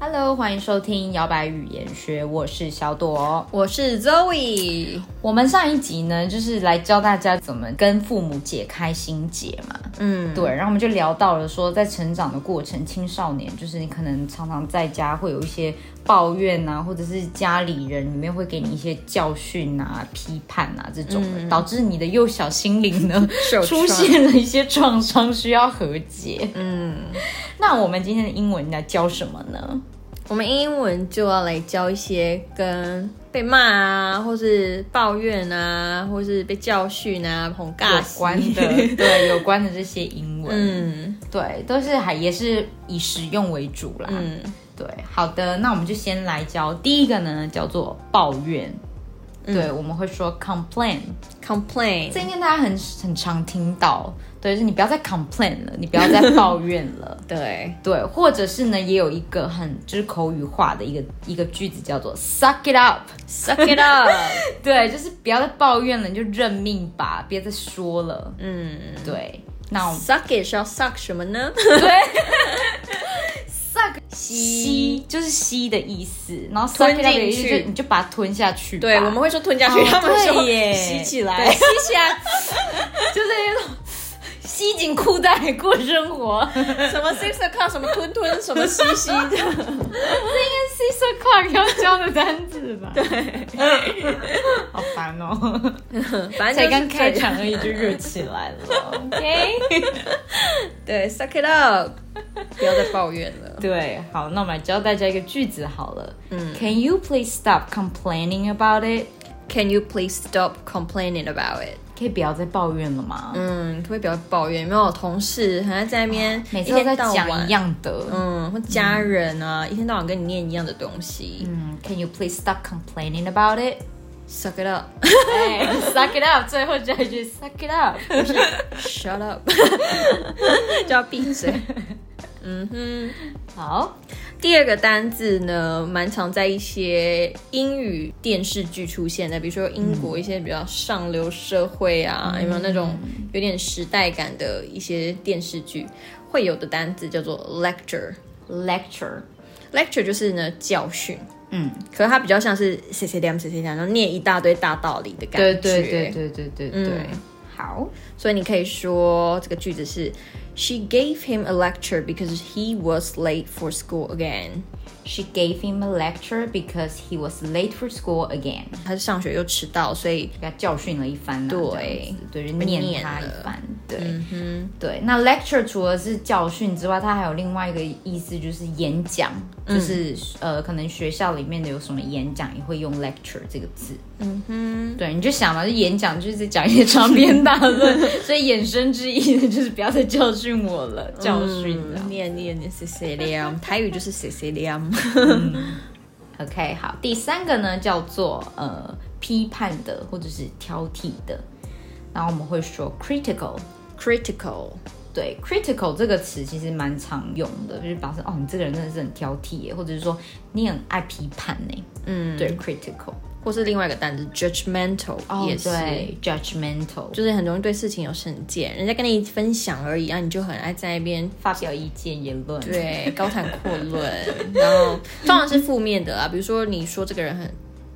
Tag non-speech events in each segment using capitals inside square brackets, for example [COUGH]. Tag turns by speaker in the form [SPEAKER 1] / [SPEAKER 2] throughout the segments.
[SPEAKER 1] Hello，欢迎收听摇摆语言学，我是小朵。
[SPEAKER 2] 我是 Zoe，
[SPEAKER 1] 我们上一集呢，就是来教大家怎么跟父母解开心结嘛。
[SPEAKER 2] 嗯，
[SPEAKER 1] 对，然后我们就聊到了说，在成长的过程，青少年就是你可能常常在家会有一些抱怨啊，或者是家里人里面会给你一些教训啊、批判啊这种
[SPEAKER 2] 嗯
[SPEAKER 1] 的，导致你的幼小心灵
[SPEAKER 2] [LAUGHS]
[SPEAKER 1] 呢
[SPEAKER 2] 受
[SPEAKER 1] 出
[SPEAKER 2] 创
[SPEAKER 1] 现了一些创伤，需要和解。嗯，那我们今天的英文来教什么呢？
[SPEAKER 2] 我们英文就要来教一些跟被骂啊，或是抱怨啊，或是被教训啊、哄尬
[SPEAKER 1] 有
[SPEAKER 2] 戏
[SPEAKER 1] 关的， [LAUGHS] 对，有关的这些英文，
[SPEAKER 2] [LAUGHS] 嗯
[SPEAKER 1] 对，都是还也是以实用为主啦。
[SPEAKER 2] 嗯
[SPEAKER 1] 对，好的，那我们就先来教第一个呢，叫做抱怨。
[SPEAKER 2] 嗯
[SPEAKER 1] 对，我们会说 complain，这
[SPEAKER 2] ，complain，
[SPEAKER 1] 应该大家很很常听到。对，就是你不要再 complain 了，你不要
[SPEAKER 2] [LAUGHS]
[SPEAKER 1] 再抱怨了。
[SPEAKER 2] 对
[SPEAKER 1] 对，或者是呢，也有一个很就是口语化的一个一个句子叫做 suck it up。
[SPEAKER 2] ，suck it up，
[SPEAKER 1] [LAUGHS] 对，就是不要再抱怨了，你就认命吧，别再说了。
[SPEAKER 2] 嗯
[SPEAKER 1] 对，那我们
[SPEAKER 2] ，suck it 是要 suck 什么呢？
[SPEAKER 1] [LAUGHS] suck 吸就是吸的意思，然后 suck
[SPEAKER 2] 吞
[SPEAKER 1] it up 的意
[SPEAKER 2] 进
[SPEAKER 1] 思
[SPEAKER 2] 去
[SPEAKER 1] 就你就把它吞下去吧。
[SPEAKER 2] 对，我们会说吞下去，
[SPEAKER 1] 哦
[SPEAKER 2] 他们说
[SPEAKER 1] 对耶
[SPEAKER 2] 吸起来，
[SPEAKER 1] 对
[SPEAKER 2] 吸起来，
[SPEAKER 1] [LAUGHS] 就是那种吸紧裤带过生
[SPEAKER 2] [LAUGHS]
[SPEAKER 1] 活。
[SPEAKER 2] [LAUGHS] 什么 six o'clock，什么吞吞，什么吸吸的，
[SPEAKER 1] six o'clock 要教的单字吧？对， [LAUGHS] 好烦哦，才
[SPEAKER 2] 反正就是
[SPEAKER 1] 刚开场而已就热起来了。OK，
[SPEAKER 2] 对，suck it up，不要再抱怨了。
[SPEAKER 1] 对，好，那我们来教大家一个句子好了。嗯，Can you please stop complaining about it？
[SPEAKER 2] Can you please stop complaining about it？
[SPEAKER 1] 可以不要再抱怨了吗？
[SPEAKER 2] 嗯，可不可以不要抱怨？有没有同事好像在那边
[SPEAKER 1] 哦每
[SPEAKER 2] 一
[SPEAKER 1] 次都
[SPEAKER 2] 天
[SPEAKER 1] 在
[SPEAKER 2] 到
[SPEAKER 1] 讲
[SPEAKER 2] 晚
[SPEAKER 1] 一，样的。
[SPEAKER 2] 嗯，或家人啊，一天到晚跟你念一样的东西。
[SPEAKER 1] 嗯，Can you please stop complaining about it？
[SPEAKER 2] Suck
[SPEAKER 1] [LAUGHS]
[SPEAKER 2] it up，
[SPEAKER 1] 哎，suck it up，最后这一句 suck it up。
[SPEAKER 2] shut up，就要闭嘴。
[SPEAKER 1] 好，
[SPEAKER 2] 第二个单字呢，蛮常在一些英语电视剧出现的，比如说英国一些比较上流社会啊，
[SPEAKER 1] 嗯
[SPEAKER 2] 有没有那种有点时代感的一些电视剧会有的单字叫做 lecture。
[SPEAKER 1] lecture，
[SPEAKER 2] lecture 就是呢教训，
[SPEAKER 1] 嗯，
[SPEAKER 2] 可是它比较像是谁谁点谁谁点，然后念一大堆大道理的感觉。
[SPEAKER 1] 对对对。对对对对，好。
[SPEAKER 2] 所以你可以说这个句子是：She gave him a lecture because he was late for school again。
[SPEAKER 1] She gave him a lecture because he was late for school again。
[SPEAKER 2] 他上学又迟到，所以
[SPEAKER 1] 给他教训了一番、啊，
[SPEAKER 2] 对
[SPEAKER 1] 这样子对，就念嗯他一番，对，对。那 lecture 除了是教训之外，它还有另外一个意思，就是演讲，就是、呃，可能学校里面的有什么演讲也会用 lecture 这个字，嗯哼，对，你就想嘛，就演讲就是在讲一些长篇大论， [LAUGHS] 所以衍生之意呢，就是不要再教训我了，教训了。
[SPEAKER 2] 念念念谁谁点，台语就是谁谁点。
[SPEAKER 1] OK，好，第三个呢叫做呃批判的或者是挑剔的，然后我们会说 critical。
[SPEAKER 2] [LAUGHS] critical，
[SPEAKER 1] 对，critical 这个词其实蛮常用的，就是表示哦，你这个人真的是很挑剔耶，或者是说你很爱批判呢。嗯，对，critical
[SPEAKER 2] 或是另外一个单词 judgmental，、也是。
[SPEAKER 1] 哦对，judgmental 就
[SPEAKER 2] 哦就是很容易对事情有成见，人家跟你分享而已，啊然后你就很爱在那边
[SPEAKER 1] 发表意见言论。
[SPEAKER 2] 对，高谈阔论，然后通常是负面的啦，啊比如说你说这个人很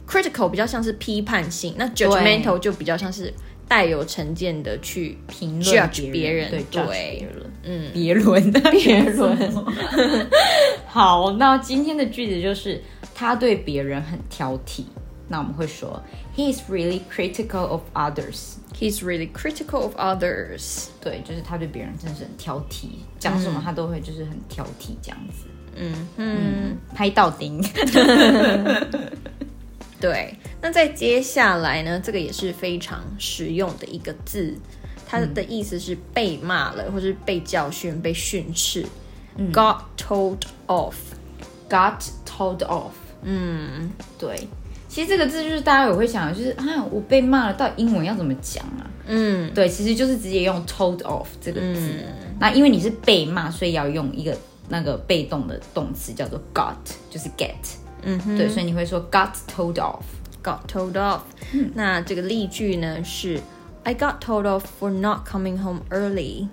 [SPEAKER 2] critical，比较像是批判性，那 judgmental 就比较像是带有成见的去
[SPEAKER 1] 评论
[SPEAKER 2] judge
[SPEAKER 1] 别
[SPEAKER 2] 别
[SPEAKER 1] 人，
[SPEAKER 2] 人，
[SPEAKER 1] 对
[SPEAKER 2] 对
[SPEAKER 1] judge 别人，嗯，别论，别论。 [LAUGHS] 好，那今天的句子就是他对别人很挑剔，那我们会说 he is really critical of others。
[SPEAKER 2] h e s really critical of others。
[SPEAKER 1] 对，就是他对别人真的是很挑剔，讲什么他都会就是很挑剔这样子。嗯嗯，拍到钉。
[SPEAKER 2] 对，那再接下来呢，这个也是非常实用的一个字，它的意思是被骂了，或是被教训、被训斥、got told off。
[SPEAKER 1] got told off。嗯，对。其实这个字就是大家也会想，就是啊，我被骂了，到底英文要怎么讲啊？
[SPEAKER 2] 嗯，
[SPEAKER 1] 对，其实就是直接用 told off 这个字。那因为你是被骂，所以要用一个那个被动的动词叫做 got，就是 get。嗯哼，对，所以你会说 got told off。
[SPEAKER 2] got told off。那这个例句呢是 I got told off for not coming home early。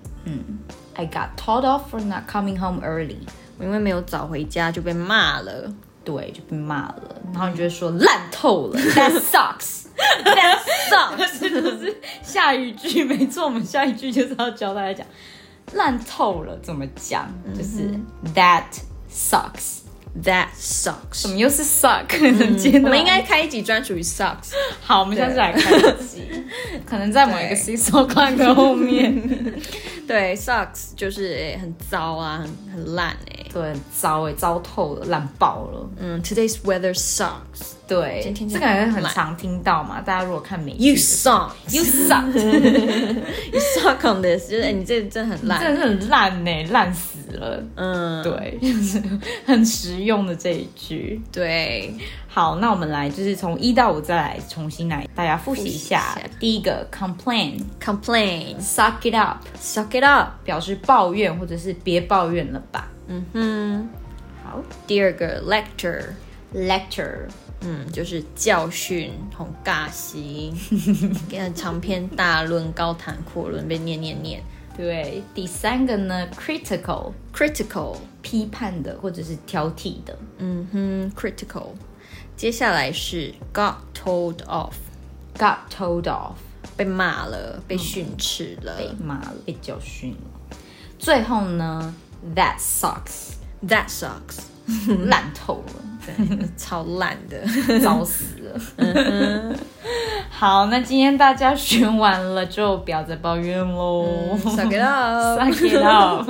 [SPEAKER 1] I got told off for not coming home early。
[SPEAKER 2] 我因为没有早回家就被骂了。 [LAUGHS]
[SPEAKER 1] 对，就被骂了，然后你就会说烂透了，That sucks。That sucks，这就是下一句。没错，我们下一句就是要教大家讲烂透了怎么讲，就是 That sucks。
[SPEAKER 2] That sucks。
[SPEAKER 1] 怎
[SPEAKER 2] [LAUGHS]
[SPEAKER 1] 么又是 suck？我嗯
[SPEAKER 2] 我们应该开一集专属于 sucks。 [LAUGHS]
[SPEAKER 1] 好，我们下次来看一集，可能在某一个 [LAUGHS] C 手冠的后面。
[SPEAKER 2] 对，sucks 就是哎很糟啊，很很烂哎。
[SPEAKER 1] 对，很糟哎，糟透了，烂爆了。
[SPEAKER 2] 嗯，Today's weather sucks。
[SPEAKER 1] 对
[SPEAKER 2] 今，天
[SPEAKER 1] 这
[SPEAKER 2] 真
[SPEAKER 1] 个
[SPEAKER 2] 的很
[SPEAKER 1] 很
[SPEAKER 2] 烂
[SPEAKER 1] 常听到嘛。大家如果看美剧
[SPEAKER 2] You suck。
[SPEAKER 1] ，You suck，
[SPEAKER 2] [LAUGHS] You suck on this，就是哎你这真的很烂。
[SPEAKER 1] 真的是很烂呢，烂死了。
[SPEAKER 2] 嗯，
[SPEAKER 1] 对， [LAUGHS] 就是很实用的这一句。
[SPEAKER 2] 对，
[SPEAKER 1] 好，那我们来就是从一到五再来重新来大家复习一下
[SPEAKER 2] 复习一下。
[SPEAKER 1] 第一个，complain，suck
[SPEAKER 2] complain，suck
[SPEAKER 1] it up，
[SPEAKER 2] it up。
[SPEAKER 1] 表示抱怨或者是别抱怨了吧。
[SPEAKER 2] 嗯哼。
[SPEAKER 1] 好
[SPEAKER 2] 第二个 lecture，
[SPEAKER 1] ，lecture，
[SPEAKER 2] 嗯，就是教训、很尬席，跟长篇大论、高谈阔论，被念念念。
[SPEAKER 1] 对。第三个呢，critical，
[SPEAKER 2] critical，
[SPEAKER 1] 批判的或者是挑剔的。
[SPEAKER 2] 嗯哼，critical。接下来是 got told off，
[SPEAKER 1] Got told off，
[SPEAKER 2] 被骂了，被训斥了。
[SPEAKER 1] 被骂了，被教训了。最后呢，That sucks，
[SPEAKER 2] That sucks，
[SPEAKER 1] 烂透了。
[SPEAKER 2] 超烂的。
[SPEAKER 1] 早死了。嗯好，那今天大家学完了就不要再抱怨喽。
[SPEAKER 2] [LAUGHS] suck it up。
[SPEAKER 1] Suck it up，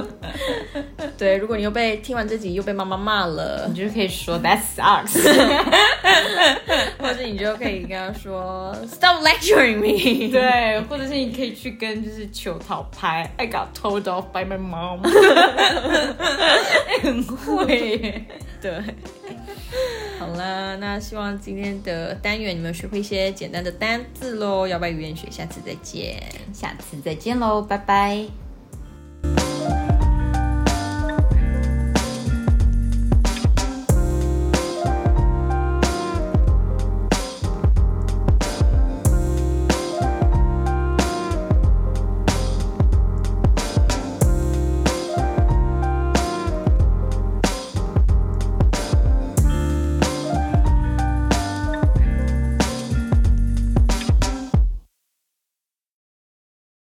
[SPEAKER 2] [LAUGHS] 对，如果你又被听完这集又被妈妈骂了
[SPEAKER 1] [LAUGHS] 你，就可以说 That sucks。
[SPEAKER 2] [LAUGHS] 或者你就可以跟他说 [LAUGHS] Stop lecturing
[SPEAKER 1] [LAUGHS]
[SPEAKER 2] me。
[SPEAKER 1] 对，或者是你可以去跟就是求讨拍，I got told off by my [LAUGHS] mom。很会耶。
[SPEAKER 2] [LAUGHS] 对，好啦，那希望今天的单元你们学会一些简单的单字喽，摇摆语言学，下次再见。
[SPEAKER 1] 下次再见喽，拜拜。